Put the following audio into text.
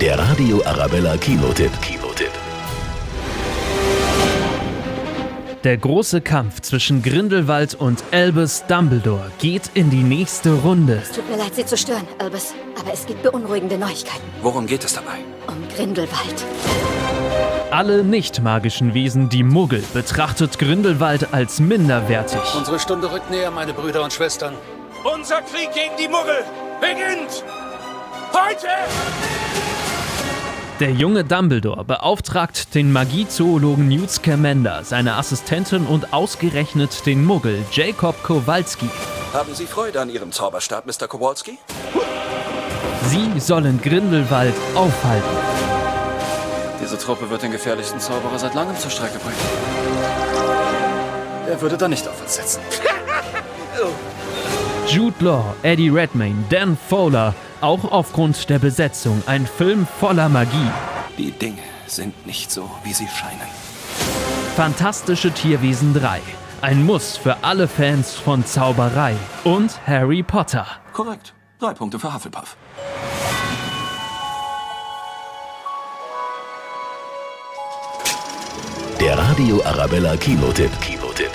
Der Radio Arabella Kinotipp. Kinotipp. Der große Kampf zwischen Grindelwald und Albus Dumbledore geht in die nächste Runde. Tut mir leid, Sie zu stören, Albus, aber es gibt beunruhigende Neuigkeiten. Worum geht es dabei? Um Grindelwald. Alle nicht magischen Wesen, die Muggel, betrachtet Grindelwald als minderwertig. Unsere Stunde rückt näher, meine Brüder und Schwestern. Unser Krieg gegen die Muggel beginnt! Heute! Der junge Dumbledore beauftragt den Magiezoologen Newt Scamander, seine Assistentin und ausgerechnet den Muggel Jacob Kowalski. Haben Sie Freude an Ihrem Zauberstab, Mr. Kowalski? Sie sollen Grindelwald aufhalten. Diese Truppe wird den gefährlichsten Zauberer seit langem zur Strecke bringen. Er würde da nicht auf uns setzen. Jude Law, Eddie Redmayne, Dan Fowler, auch aufgrund der Besetzung ein Film voller Magie. Die Dinge sind nicht so, wie sie scheinen. Fantastische Tierwesen 3. Ein Muss für alle Fans von Zauberei und Harry Potter. Korrekt. Drei Punkte für Hufflepuff. Der Radio Arabella Kinotipp. Kinotipp.